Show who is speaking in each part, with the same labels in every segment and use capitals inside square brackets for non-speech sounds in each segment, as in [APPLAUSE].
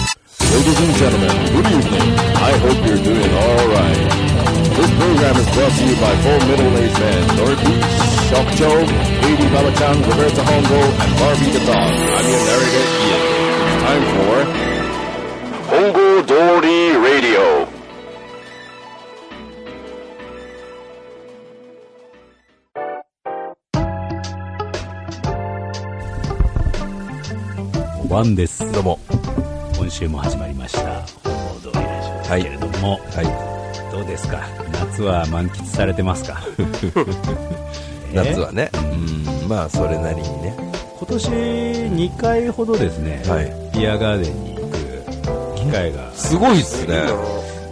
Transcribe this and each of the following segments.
Speaker 1: Ladies and gentlemen, good evening. I hope you're doing all right. This program is brought to you by four middle-aged men, Dorothy, Shock Joe, Baby Balachan, Roberta Hongo, and Barbie the Dog. I'm your narrator, Ian. It's time for Hongo Dory Radio.
Speaker 2: ワンです。
Speaker 3: どうも。
Speaker 2: 今週も始まりました。報道ラジオですけれども、
Speaker 3: はい。
Speaker 2: どうですか夏は満喫されてますか
Speaker 3: [LAUGHS] 夏はね。うん。まあ、それなりにね。
Speaker 2: 今年2回ほどですね、
Speaker 3: はい
Speaker 2: ビアガーデンに行く機会が、
Speaker 3: すごいっすね。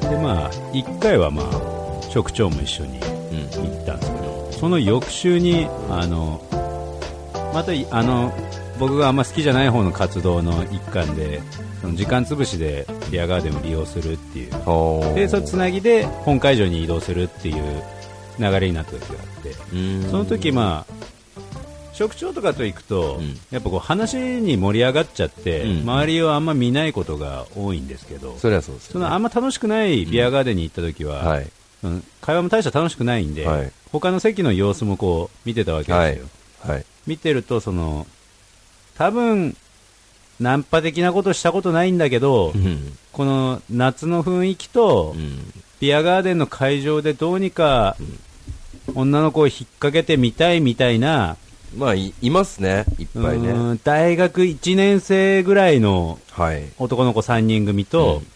Speaker 2: でまあ、1回はまあ、職長も一緒に
Speaker 3: うん。
Speaker 2: 行ったんですけど、その翌週に、あの、またい、あの、僕があんま好きじゃない方の活動の一環で、その時間潰しでビアガーデンを利用するっていう
Speaker 3: ほー
Speaker 2: でそのつなぎで本会場に移動するっていう流れになった時があって
Speaker 3: うん
Speaker 2: その時まあ職長とかと行くと、
Speaker 3: うん
Speaker 2: やっぱこう話に盛り上がっちゃって、
Speaker 3: うん
Speaker 2: 周りをあんま見ないことが多いんですけど
Speaker 3: そりゃそうです
Speaker 2: そ
Speaker 3: よね
Speaker 2: のあんま楽しくないビアガーデンに行った時は、
Speaker 3: はい。
Speaker 2: うん会話も大した楽しくないんで、
Speaker 3: はい
Speaker 2: 他の席の様子もこう見てたわけですよ、
Speaker 3: はい。はい。
Speaker 2: 見てるとその多分ナンパ的なことしたことないんだけど、
Speaker 3: ん。
Speaker 2: この夏の雰囲気と、
Speaker 3: うん。
Speaker 2: ビアガーデンの会場でどうにか女の子を引っ掛けてみたいみたいな、
Speaker 3: まあ、いいますね。いっ
Speaker 2: う
Speaker 3: ぱいね。
Speaker 2: ーん大学1年生ぐらいの
Speaker 3: はい。
Speaker 2: 男の子3人組と、
Speaker 3: うん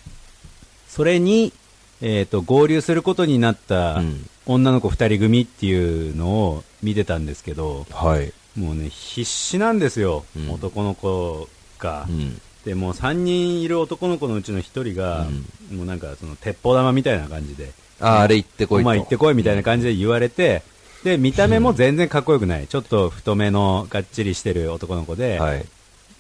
Speaker 2: それに、えー、と合流することになった
Speaker 3: うん
Speaker 2: 女の子2人組っていうのを見てたんですけど、
Speaker 3: はい。
Speaker 2: もうね、必死なんですよ、
Speaker 3: うん
Speaker 2: 男の子が。
Speaker 3: うん。
Speaker 2: でもう3人いる男の子のうちの1人が、もうなんかその鉄砲玉みたいな感じで、
Speaker 3: あー、あれ行ってこい
Speaker 2: お
Speaker 3: と。
Speaker 2: 前行ってこいみたいな感じで言われて、で、見た目も全然かっこよくない。ちょっと太めのがっちりしてる男の子で、
Speaker 3: はい。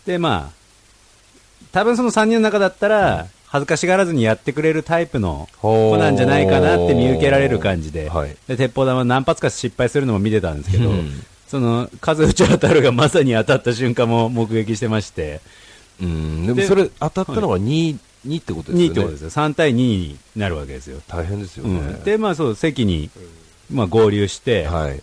Speaker 2: で、まあ、多分その3人の中だったら、恥ずかしがらずにやってくれるタイプの
Speaker 3: ほ
Speaker 2: 子
Speaker 3: ー
Speaker 2: なんじゃないかなって見受けられる感じで、
Speaker 3: はい
Speaker 2: で鉄砲玉何発か失敗するのも見てたんですけど、
Speaker 3: うん
Speaker 2: その、風内当たるがまさに当たった瞬間も [LAUGHS] 目撃してまして、
Speaker 3: うん。でも
Speaker 2: で
Speaker 3: それ当たったのが2、2ってことですよね。
Speaker 2: 2ってことですよ。3対2になるわけですよ。
Speaker 3: 大変ですよ
Speaker 2: う
Speaker 3: ね
Speaker 2: ん。で、まあそう、席に、まあ合流して、
Speaker 3: はい。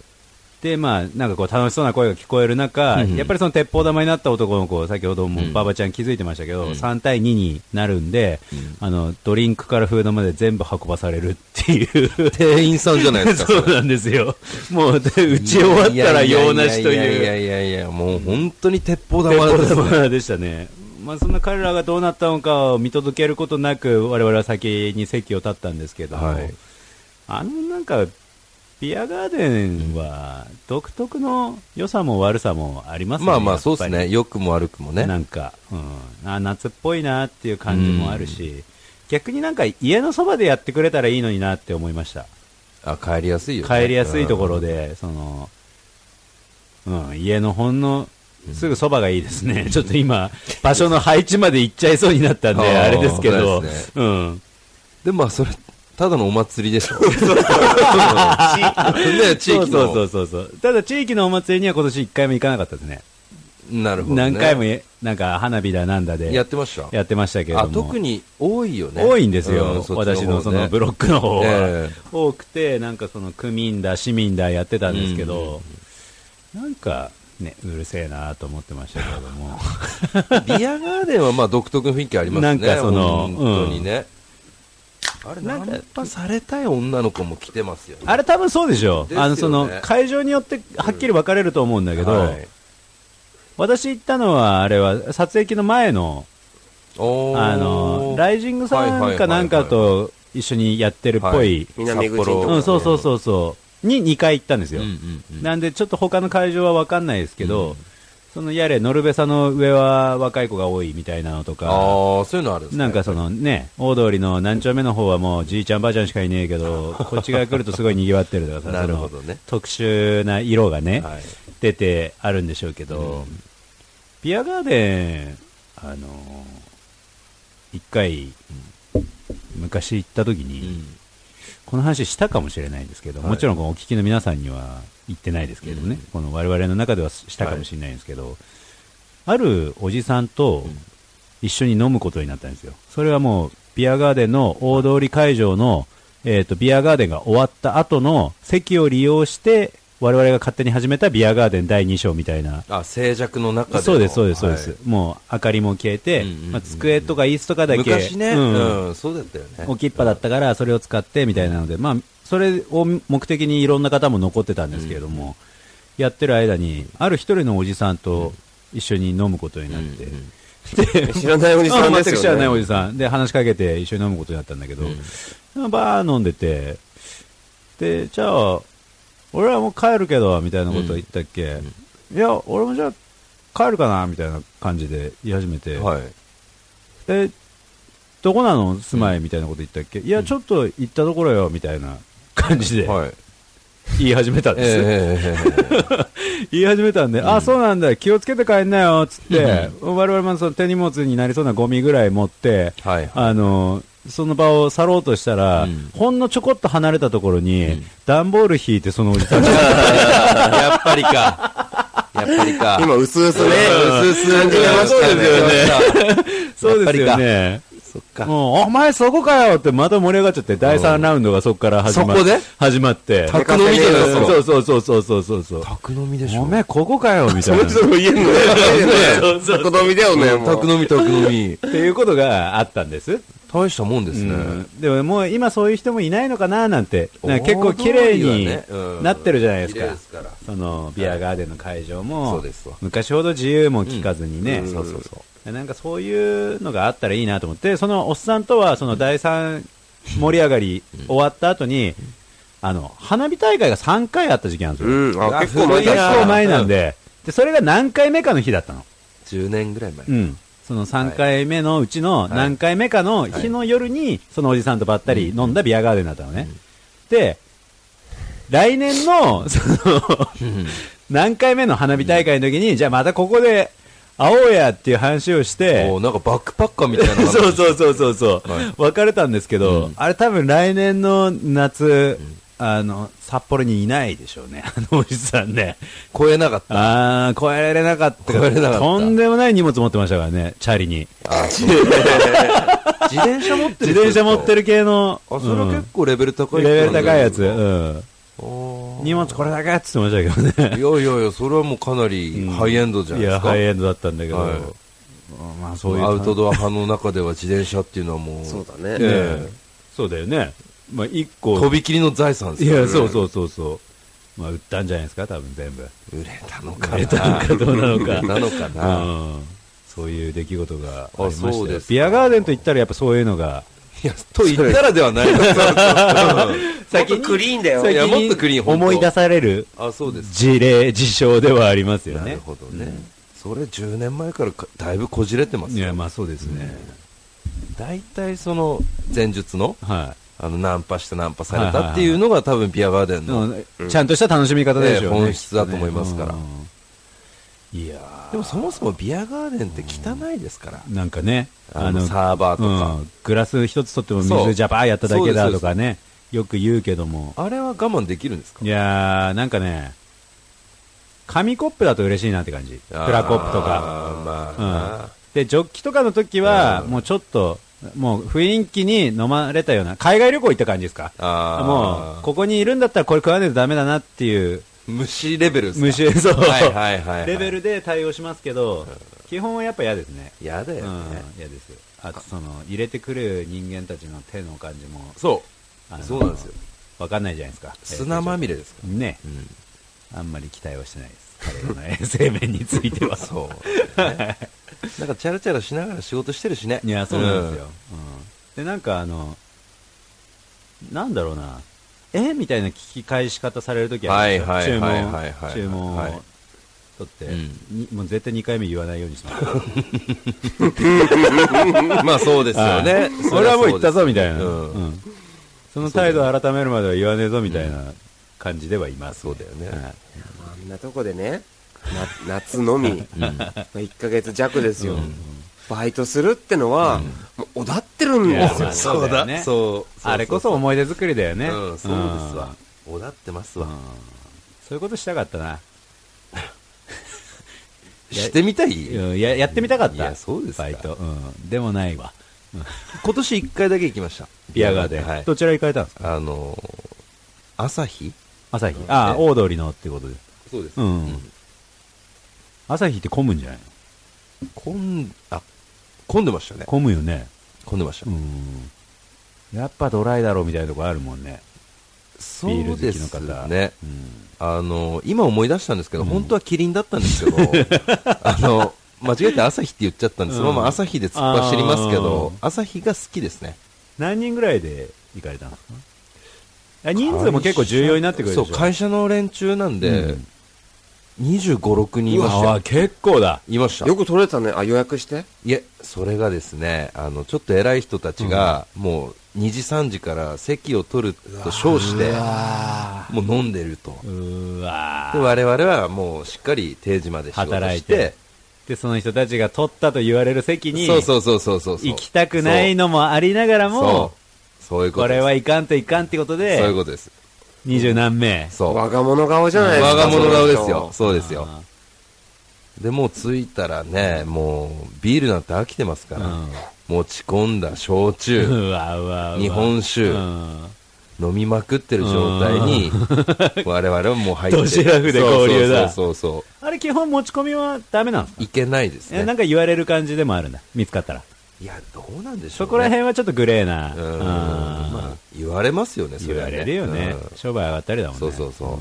Speaker 2: で、まあ、なんかこう楽しそうな声が聞こえる中、
Speaker 3: うんうん
Speaker 2: やっぱりその鉄砲玉になった男の子、先ほども
Speaker 3: うん
Speaker 2: 馬場ちゃん気づいてましたけど、
Speaker 3: うん
Speaker 2: 3対2になるんで、
Speaker 3: ん
Speaker 2: あの、ドリンクからフードまで全部運ばされるっていう。
Speaker 3: 店員さんじゃないですか。 [LAUGHS] そ
Speaker 2: そ
Speaker 3: れ
Speaker 2: うなんですよ。もう、で打ち終わったら用なしと
Speaker 3: い
Speaker 2: い
Speaker 3: や
Speaker 2: う、
Speaker 3: いやいやいや、もう本当に鉄砲
Speaker 2: 鉄
Speaker 3: 玉で
Speaker 2: 砲
Speaker 3: すね。
Speaker 2: 玉でしたね。まあ、そんな彼らがどうなったのかを見届けることなく、我々は先に席を立ったんですけども、
Speaker 3: はい
Speaker 2: あのなんか、ビアガーデンは独特の良さも悪さもありますね。
Speaker 3: まあ
Speaker 2: や
Speaker 3: まあ、
Speaker 2: っぱり
Speaker 3: そうですね。。良くも悪くもね。
Speaker 2: なんか、うん、あ夏っぽいなっていう感じもあるし、逆になんか家のそばでやってくれたらいいのになって思いました。
Speaker 3: あ、帰りやすいよ、ね。
Speaker 2: 帰りやすいとこ
Speaker 3: ろ。
Speaker 2: ろで、その、うん、家のほんのすぐそばがいいですね。 [LAUGHS] ちょっと今、場所の配置まで行っちゃいそうになったん
Speaker 3: [LAUGHS]
Speaker 2: で、
Speaker 3: あー
Speaker 2: あれですけど、
Speaker 3: そうです
Speaker 2: うん。
Speaker 3: で、まあ、それ、ただのお祭
Speaker 2: [LAUGHS]
Speaker 3: りでしょ。ね、地域の。
Speaker 2: そうそうそうそう。ただ地域のお祭りには今年一回も行かなかったですね。
Speaker 3: なるほど、ね。
Speaker 2: 何回もえ、なんか花火だなんだで
Speaker 3: やってました。
Speaker 2: やってましたけれど
Speaker 3: あ、
Speaker 2: も。
Speaker 3: 特に多いよね。
Speaker 2: 多いんですよ、
Speaker 3: うんそっち
Speaker 2: 私のそのブ
Speaker 3: ロ
Speaker 2: ロックの方は、
Speaker 3: ええ
Speaker 2: 多くて、なんかその区民だ、市民だやってたんですけど、なんかね、うるせえなと思ってましたけれども、 [LAUGHS]
Speaker 3: ビアガーデンはまあ独特の雰囲気ありますね。
Speaker 2: なんかその
Speaker 3: 本当にね。あれ、ナンパされたい女の子も来てますよね。
Speaker 2: あれ、多分そうでしょ、
Speaker 3: ですよね
Speaker 2: あのその会場によってはっきり分かれると思うんだけど、
Speaker 3: はい
Speaker 2: 私行ったのは、あれは撮影機の前の、
Speaker 3: おー
Speaker 2: あのライジング
Speaker 3: はいはいはい
Speaker 2: さ
Speaker 3: は
Speaker 2: ん
Speaker 3: い
Speaker 2: かなんかと一緒にやってるっぽ、
Speaker 3: はい
Speaker 4: 南口のとこ
Speaker 3: 札
Speaker 4: ろ
Speaker 3: 幌
Speaker 2: うん、そうそうそうそう、に2回行ったんですよ。
Speaker 3: うんうんうん
Speaker 2: なんで、ちょっと他の会場は分かんないですけど、そのやれ、ノルベサの上は若い子が多いみたいなのとか、
Speaker 3: ああ、そういうのあるんですね
Speaker 2: なんかそのね、大通りの何丁目の方はもうじいちゃんばあちゃんしかいねえけど、こっち側来るとすごい賑わってるとかさ、
Speaker 3: [LAUGHS] なるほどね
Speaker 2: その特殊な色がね、
Speaker 3: はい
Speaker 2: 出てあるんでしょうけど、ビアガーデン、あの一回、昔行った時に、この話したかもしれないんですけど、
Speaker 3: はい
Speaker 2: もちろんこのお聞きの皆さんには言ってないですけどね、この我々の中ではしたかもしれないんですけど、あるおじさんと一緒に飲むことになったんですよ。それはもう、ビアガーデンの大通会場の、えっ、と、ビアガーデンが終わった後の席を利用して、我々が勝手に始めたビアガーデン第2章みたいな。
Speaker 3: あ静寂の中での
Speaker 2: そうです、そうです、そうで
Speaker 3: は
Speaker 2: す。もう、明かりも消えて、
Speaker 3: うんうんうんうん
Speaker 2: まあ、机とか椅子とかだ
Speaker 3: い
Speaker 2: け。
Speaker 3: 昔ね、
Speaker 2: う
Speaker 3: うんんそうだったよね
Speaker 2: 置きっぱだったからそれを使ってみたいなので、まあ、それを目的にいろんな方も残ってたんですけれども、やってる間にある一人のおじさんと一緒に飲むことになって、
Speaker 3: うんうん
Speaker 4: 知らないおじさん
Speaker 2: あ全
Speaker 4: ですよ、
Speaker 2: く
Speaker 4: ね。
Speaker 2: 知らないおじさんで話しかけて一緒に飲むことになったんだけど、バー飲んでてでじゃあ俺はもう帰るけどみたいなことを言ったっけ、いや俺もじゃあ帰るかなみたいな感じで言い始めて、
Speaker 3: はい
Speaker 2: え、どこなの住まいみたいなこと言ったっけ、いや、ちょっと行ったところよ、みたいな感じで
Speaker 3: はい
Speaker 2: 言い始めたんです。
Speaker 3: えええええ
Speaker 2: 言い始めたんで、あ、そうなんだ、気をつけて帰んなよ、つって、我々もその手荷物になりそうなゴミぐらい持って、
Speaker 3: えはい
Speaker 2: あの、その場を去ろうとしたら、
Speaker 3: うん
Speaker 2: ほんのちょこっと離れたところに、段ボール引いてそのおじさんが
Speaker 3: [LAUGHS] やっぱりかやっぱりか
Speaker 4: 今、うすうすね。
Speaker 3: うすうす感
Speaker 4: じてましたね
Speaker 3: よね
Speaker 2: [LAUGHS] そうですよね。
Speaker 3: そっか
Speaker 2: もう、お前そこかよってまた盛り上がっちゃって、第3ラウンドがそこから始ま
Speaker 3: そこで
Speaker 2: 始まって。
Speaker 3: 宅飲みじゃないですか
Speaker 2: そうそうそうそうそうそうそう。
Speaker 3: 宅飲みでし
Speaker 2: お
Speaker 3: ょ
Speaker 2: めえここかよみたいな。っ
Speaker 4: その家のね。宅飲みだよね、もう。
Speaker 3: 宅飲み宅飲み
Speaker 2: ていうことがあったんです。
Speaker 3: 大したもんですね、
Speaker 2: うんでももう今そういう人もいないのかななんて、なんか結構
Speaker 3: 大通り
Speaker 2: 綺
Speaker 3: はね
Speaker 2: 麗
Speaker 3: う
Speaker 2: に
Speaker 3: ん
Speaker 2: なってるじゃないです
Speaker 3: 綺麗
Speaker 2: か
Speaker 3: で。すから
Speaker 2: そのビアガーデンの会場
Speaker 3: そ
Speaker 2: も
Speaker 3: うですわ、
Speaker 2: 昔ほど自由も聞かずにね
Speaker 3: うん、そうそうそ
Speaker 2: なんかそういうのがあったらいいなと思って、そのおっさんとはその第3盛り上がり終わった後に、あの、花火大会が3回あった時期なんです
Speaker 4: う
Speaker 2: よ。
Speaker 4: ん、あ、結構
Speaker 3: 古
Speaker 4: 前
Speaker 3: い
Speaker 2: 結
Speaker 4: だ。
Speaker 2: 構前なんで、で、それが何回目かの日だったの。
Speaker 3: 10年ぐらい前、
Speaker 2: うん、その3回目のうちの何回目かの日の夜に、そのおじさんとばったり飲んだビアガーデンだったのね。で、来年の、その、何回目の花火大会の時に、じゃあまたここで会おうやっていう話をして
Speaker 3: お、ーなんかバックパッカーみたいな
Speaker 2: [LAUGHS]
Speaker 3: 話
Speaker 2: そうそうそうそうそう、
Speaker 3: はい
Speaker 2: 別れたんですけど、あれ多分来年の夏、あの、札幌にいないでしょうね、あのおじさんね。
Speaker 3: 超えなかった
Speaker 2: あー、超えられなかったから
Speaker 3: 超えられなかった
Speaker 2: とんでもない荷物持ってましたからね、チャリに。
Speaker 3: 自転車持って
Speaker 2: [LAUGHS]
Speaker 3: る
Speaker 2: 自転車持って
Speaker 3: る
Speaker 2: る系の、
Speaker 3: あそれは結構レベル高
Speaker 2: うん
Speaker 3: い
Speaker 2: レベル高いやつ、うん
Speaker 3: おー
Speaker 2: 荷物これだけっつってましたけどね。
Speaker 3: いやいやいやそれはもうかなりハイエンドじゃな
Speaker 2: い
Speaker 3: いで
Speaker 2: や、
Speaker 3: すか
Speaker 2: ハイエンドだったんだけど、
Speaker 3: はい
Speaker 2: まあそういう。
Speaker 3: アウトドア派の中では自転車っていうのはもう
Speaker 4: そうだね。
Speaker 2: ええそうだよね。まあ一個。
Speaker 3: とびきりの財産です
Speaker 2: い
Speaker 3: よ
Speaker 2: や、そうそうそうそう。まあ売ったんじゃないですか、多分全部。
Speaker 3: 売れたのかな
Speaker 2: 売れたのかどうなのか
Speaker 3: 売れたのかな
Speaker 2: うんそういう出来事がありま
Speaker 3: あそ
Speaker 2: し
Speaker 3: う
Speaker 2: たよ
Speaker 3: ですか
Speaker 2: ビアガーデンといったらやっぱそういうのが、
Speaker 3: いやと言ったらではない
Speaker 4: 先クリーンだよ。
Speaker 3: いやもっとクリーン本当
Speaker 2: 思い出される
Speaker 3: あそうです
Speaker 2: 事例、事象ではありますよ
Speaker 3: な
Speaker 2: ね
Speaker 3: る。ほどねそれ10年前からかだいぶこじれてます
Speaker 2: いや、
Speaker 3: よ
Speaker 2: まあそうですね。
Speaker 3: 大体その前述の
Speaker 2: は
Speaker 3: あのナンパしてナンパされたっていうのが多分ビアガーデン
Speaker 2: い。
Speaker 3: の
Speaker 2: でもちゃんとした楽しみ方でしょうね。
Speaker 3: ええ本質だと思いますから
Speaker 2: きっとねうんいや
Speaker 3: でもそもそもビアガーデンって汚いですから
Speaker 2: ーなんかね、
Speaker 3: あのサーバーとか
Speaker 2: うんグラス一つ取っても
Speaker 3: そ
Speaker 2: 水
Speaker 3: う
Speaker 2: ジャバーやっただけだとかね、よく言うけども。
Speaker 3: あれは我慢できるんですか
Speaker 2: いやー、なんかね、紙コップだと嬉しいなって感じ。プ
Speaker 3: あー
Speaker 2: ラコップとか。
Speaker 3: まあ
Speaker 2: うん
Speaker 3: な
Speaker 2: で、ジョッキとかの時は、もうちょっと、もう雰囲気に飲まれたような、海外旅行行った感じですか。
Speaker 3: あー
Speaker 2: もう、ここにいるんだったらこれ食わねえとダメだなっていう、
Speaker 3: 虫レベルですか
Speaker 2: 無臭、そう、
Speaker 3: はいはいはいはい
Speaker 2: レベルで対応しますけど、基本はやっぱ嫌ですね。
Speaker 3: やだ
Speaker 2: うん
Speaker 3: よね、
Speaker 2: 嫌です。あと、その、入れてくる人間たちの手の感じも、
Speaker 3: そ
Speaker 2: あの
Speaker 3: うそうなんですよ
Speaker 2: わかんないじゃないですか。
Speaker 3: 砂まみれですか
Speaker 2: ね、あんまり期待はしてないです、彼らの
Speaker 3: [LAUGHS]
Speaker 2: 衛生面については。
Speaker 3: らそう、ねなんかチャラチャラしながら仕事してるしね
Speaker 2: いや、そうなんですよ。うんで、なんかあの、なんだろうな、えみたいな聞き返し方されるときあるんですよ
Speaker 3: はいはいはいはいはい
Speaker 2: 注文、注文
Speaker 3: はい
Speaker 2: を取って、
Speaker 3: うん
Speaker 2: にもう絶対2回目言わないようにします。
Speaker 3: うんまあそうですよね [LAUGHS] そ
Speaker 2: 俺
Speaker 3: れ
Speaker 2: はもう
Speaker 3: そ
Speaker 2: 言ったぞみたいな、
Speaker 3: うん
Speaker 2: うんその態度を改めるまでは言わねえぞみたいな感じではいます、
Speaker 3: そうだよね
Speaker 2: はい
Speaker 4: あんなとこでね、な夏のみ、1ヶ月弱ですよ。バイトするってのは、もう、おだってるん
Speaker 2: いや
Speaker 4: です
Speaker 2: まあ
Speaker 4: よ。
Speaker 2: そうだよね
Speaker 3: そう
Speaker 2: あれこそ思い出作りだよ
Speaker 3: う
Speaker 2: ね、
Speaker 3: んそうですわおだってますわ
Speaker 2: うんそういうことしたかったな
Speaker 3: してみたい
Speaker 2: いやややってみたかった
Speaker 3: いやそうですか
Speaker 2: バイト、うん、でもないわうん
Speaker 3: 今年1回だけ行きました
Speaker 2: ビアガーで、
Speaker 3: はい
Speaker 2: どちら行かれたんですか
Speaker 3: あのー朝日
Speaker 2: 朝日ああ大通りのってことで
Speaker 3: そうです
Speaker 2: うん、朝日って混むんじゃないの
Speaker 3: 混んあ混んでましたね
Speaker 2: 混むよね
Speaker 3: 混んでました、
Speaker 2: うんやっぱドライだろうみたいなとこあるもんね
Speaker 3: そ
Speaker 2: ビール
Speaker 3: う
Speaker 2: 好
Speaker 3: で
Speaker 2: きの方
Speaker 3: すね
Speaker 2: うん
Speaker 3: あの今思い出したんですけど、本当はキリンだったんです
Speaker 2: [LAUGHS]
Speaker 3: けどあの間違えて朝日って言っちゃったんで、そのまま朝日で突っ走りますけど朝日が好きですね
Speaker 2: 何人ぐらいで行かれたんですかあ人数も結構重要になってくるでしょ
Speaker 3: そう会社の連中なんで、
Speaker 2: うん
Speaker 3: 2 5 6人いました
Speaker 2: あ
Speaker 3: よ
Speaker 2: あ結構だ
Speaker 3: いました
Speaker 4: よく取れたね。あ、予約して
Speaker 3: いえそれがですねあのちょっと偉い人たちが、もう2時3時から席を取ると称してもう飲んでると
Speaker 2: うーわー
Speaker 3: で我々はもうしっかり定時まで仕事
Speaker 2: 働い
Speaker 3: して
Speaker 2: でその人たちが取ったと言われる席に
Speaker 3: そうそうそうそうそうそう
Speaker 2: 行きたくないのもありながらも
Speaker 3: そうそういうこと
Speaker 2: こ
Speaker 3: です
Speaker 2: れはいかんといかんってこと
Speaker 3: そういう
Speaker 2: で
Speaker 3: ことです
Speaker 2: 二十何名
Speaker 3: そう
Speaker 4: 我が物顔じゃないですか。
Speaker 3: 我が物顔です
Speaker 4: その
Speaker 3: よ
Speaker 4: 人
Speaker 3: そうですよ
Speaker 2: あ
Speaker 3: でもう着いたらねもうビールなんて飽きてますから、
Speaker 2: うん
Speaker 3: 持ち込んだ焼
Speaker 2: ー
Speaker 3: 酎
Speaker 2: うわうわうわ
Speaker 3: 日本酒
Speaker 2: うん
Speaker 3: 飲みまくってる状態に [LAUGHS] 我々はもう入って
Speaker 2: ドシラフで
Speaker 3: そう
Speaker 2: 合流だ
Speaker 3: そうそうそうそ
Speaker 2: あれ基本持ち込みはダメなんですか
Speaker 3: ういけないです
Speaker 2: えなん
Speaker 3: ね
Speaker 2: か言われる感じでもあるんだ見つかったら
Speaker 3: いやどうなんでしょう、ね、
Speaker 2: そこら辺はちょっとグレーな
Speaker 3: うん
Speaker 2: うん
Speaker 3: まあ言われますよねそ
Speaker 2: 言
Speaker 3: れ
Speaker 2: わ
Speaker 3: はね
Speaker 2: れるよね
Speaker 3: うん
Speaker 2: 商売上がったりだもんね
Speaker 3: そうそうそ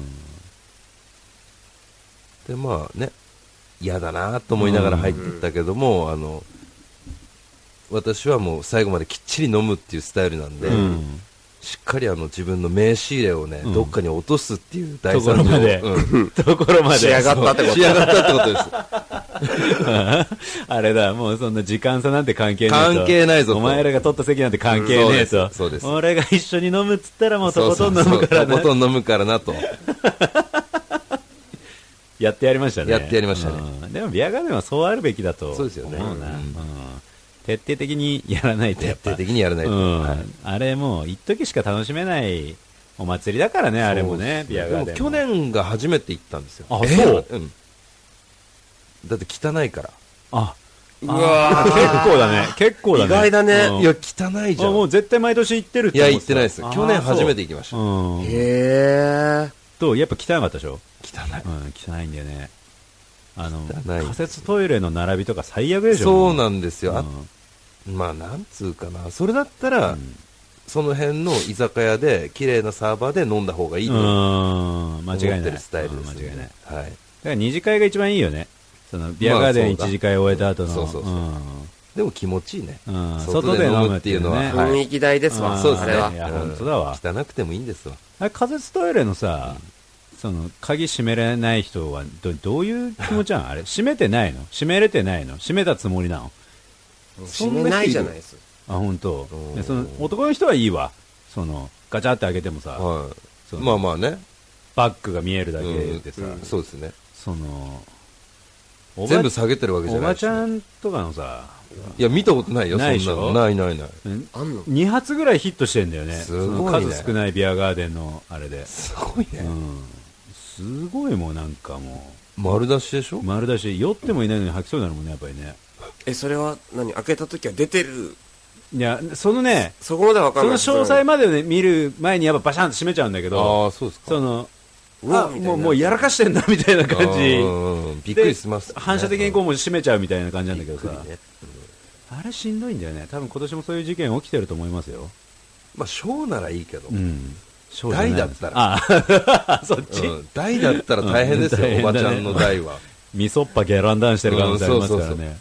Speaker 3: う、
Speaker 2: ん
Speaker 3: でまあね嫌だなと思いながら入ってったけども、あの私はもう最後まできっちり飲むっていうスタイルなんで、
Speaker 2: うん
Speaker 3: しっかりあの自分の名刺入れをね、
Speaker 2: うん
Speaker 3: どっかに落とすっていう大
Speaker 2: ところまで
Speaker 3: うん
Speaker 4: [LAUGHS]
Speaker 2: ところまで
Speaker 4: 仕上がったってこと
Speaker 3: 仕上がったってことです
Speaker 2: [LAUGHS] あれだ、もうそんな時間差なんて関係ねえと
Speaker 3: 関係ないぞと
Speaker 2: お前らが取った席なんて関係ねえと。
Speaker 3: うんそうですそうです
Speaker 2: 俺が一緒に飲むっつったらもうとことん飲
Speaker 3: [LAUGHS] そうそ
Speaker 2: む
Speaker 3: う
Speaker 2: から
Speaker 3: と
Speaker 2: な
Speaker 3: こ。とん飲むからなと
Speaker 2: やってやりましたね。
Speaker 3: やってやりましたね
Speaker 2: うんでもビアガーデンはそうあるべきだと思うな。
Speaker 3: そうですよね
Speaker 2: ん
Speaker 3: うん
Speaker 2: 徹底的にやらないとや
Speaker 3: 徹
Speaker 2: っぱ。
Speaker 3: 底的にやらないと、
Speaker 2: うん
Speaker 3: はい
Speaker 2: あれもう一時しか楽しめないお祭りだからね、あれもね、ビアガーデ
Speaker 3: で
Speaker 2: ン
Speaker 3: も
Speaker 2: も。
Speaker 3: 去年が初めて行ったんですよ
Speaker 2: あそう
Speaker 3: うん、だって汚いから
Speaker 2: あ、
Speaker 4: うわ
Speaker 2: あ
Speaker 4: ー
Speaker 2: 結構だね。結構だね。
Speaker 4: 意外だね
Speaker 2: うん
Speaker 3: いや汚いじゃ
Speaker 2: あ
Speaker 3: ん
Speaker 2: もう絶対毎年行ってるっ
Speaker 3: い
Speaker 2: て
Speaker 3: や
Speaker 2: 思
Speaker 3: 行ってないです去年初めて行きました、汚
Speaker 2: 行うん。
Speaker 4: へえ。
Speaker 2: と、やっぱ汚かったでしょ
Speaker 3: い
Speaker 2: うん、汚いんだよね。あの、
Speaker 3: 汚い
Speaker 2: 仮設トイレの並びとか最悪でしょ
Speaker 3: そう
Speaker 2: も
Speaker 3: なんですよ、あ
Speaker 2: うん
Speaker 3: まあなんつうかなそれだったら、
Speaker 2: ん
Speaker 3: その辺の居酒屋で綺麗なサーバーで飲んだ方がいいと思
Speaker 2: うん、間
Speaker 3: っ
Speaker 2: 違いな
Speaker 3: て
Speaker 2: い。
Speaker 3: るスタイルです、
Speaker 2: うん間違いない。だか
Speaker 3: 間違いない、はい、
Speaker 2: ら二次会が一番いいよね。その、ビアガーデン
Speaker 3: まあそうだ
Speaker 2: 一次会終えた後の。
Speaker 3: そうそうそうんでも気持ちいいね、
Speaker 2: うん
Speaker 3: 外で飲むっていうのは、
Speaker 2: 外で飲むっていうのは
Speaker 3: は
Speaker 4: 雰
Speaker 3: い
Speaker 4: 囲気代です
Speaker 2: あ
Speaker 4: わ。
Speaker 2: ー
Speaker 3: そうです
Speaker 4: あれ
Speaker 3: ね
Speaker 4: は
Speaker 2: いや本当だわ
Speaker 3: うん汚くてもいいんですわ
Speaker 2: あれ仮設トイレのさ、その、鍵閉めれない人は、ど、どういう気持ちなのあれ閉めてないの閉めれてないの閉めたつもりなの
Speaker 4: 閉めないじゃないです。
Speaker 2: あ、本当
Speaker 3: うん
Speaker 2: でその、男の人はいいわ。その、ガチャって開けてもさ、
Speaker 3: はい
Speaker 2: そう
Speaker 3: まあまあね、
Speaker 2: バッグが見えるだけでさ、
Speaker 3: うんそうですね
Speaker 2: そのおば
Speaker 3: 全部下げてるわけじゃ
Speaker 2: お
Speaker 3: な
Speaker 2: ば
Speaker 3: いし
Speaker 2: ち
Speaker 3: ね、
Speaker 2: ゃんとかのさ
Speaker 3: いや見たことないよ
Speaker 2: ないでし
Speaker 3: そ
Speaker 2: ょ
Speaker 3: んなのないないない
Speaker 2: ん
Speaker 4: あんの
Speaker 2: 2発ぐらいヒットしてんだよね
Speaker 3: すごいね
Speaker 2: その数少ないビアガーデンのあれで、
Speaker 3: すごいね、
Speaker 2: うん、すごいもうなんかも
Speaker 3: 丸出しでしょ
Speaker 2: う丸だし酔ってもいないのに吐きそうになるもんねやっぱりね
Speaker 4: え、それは何開けた時は出てる。
Speaker 2: いやそのね
Speaker 4: そこまではわか
Speaker 2: そ
Speaker 4: ん
Speaker 2: の
Speaker 4: ない。
Speaker 2: 詳細までをね見る前にやっぱバシャンと閉めちゃうんだけど
Speaker 3: ああそうですか
Speaker 2: その
Speaker 4: うわ
Speaker 2: あ
Speaker 4: みたいな
Speaker 2: もうもうやらかしてんだみたいな感
Speaker 3: あ
Speaker 2: じ
Speaker 3: ーうんびっくりします、ね、
Speaker 2: で反射的にこうもう閉めちゃうみたいな感じなんだけど
Speaker 3: びっ
Speaker 2: さ
Speaker 3: くりね
Speaker 2: あれしんどいんだよね多分今年もそういう事件起きてると思いますよ
Speaker 3: まあ小ならいいけど、
Speaker 2: うん。そう
Speaker 3: 大だった
Speaker 2: あ
Speaker 3: ら
Speaker 2: あ、 [LAUGHS] そっち、
Speaker 3: うん大だったら大変ですよ、
Speaker 2: うん
Speaker 3: おばちゃんの大は。
Speaker 2: 味噌っぱゲランダンしてる可能性ありますからね。あ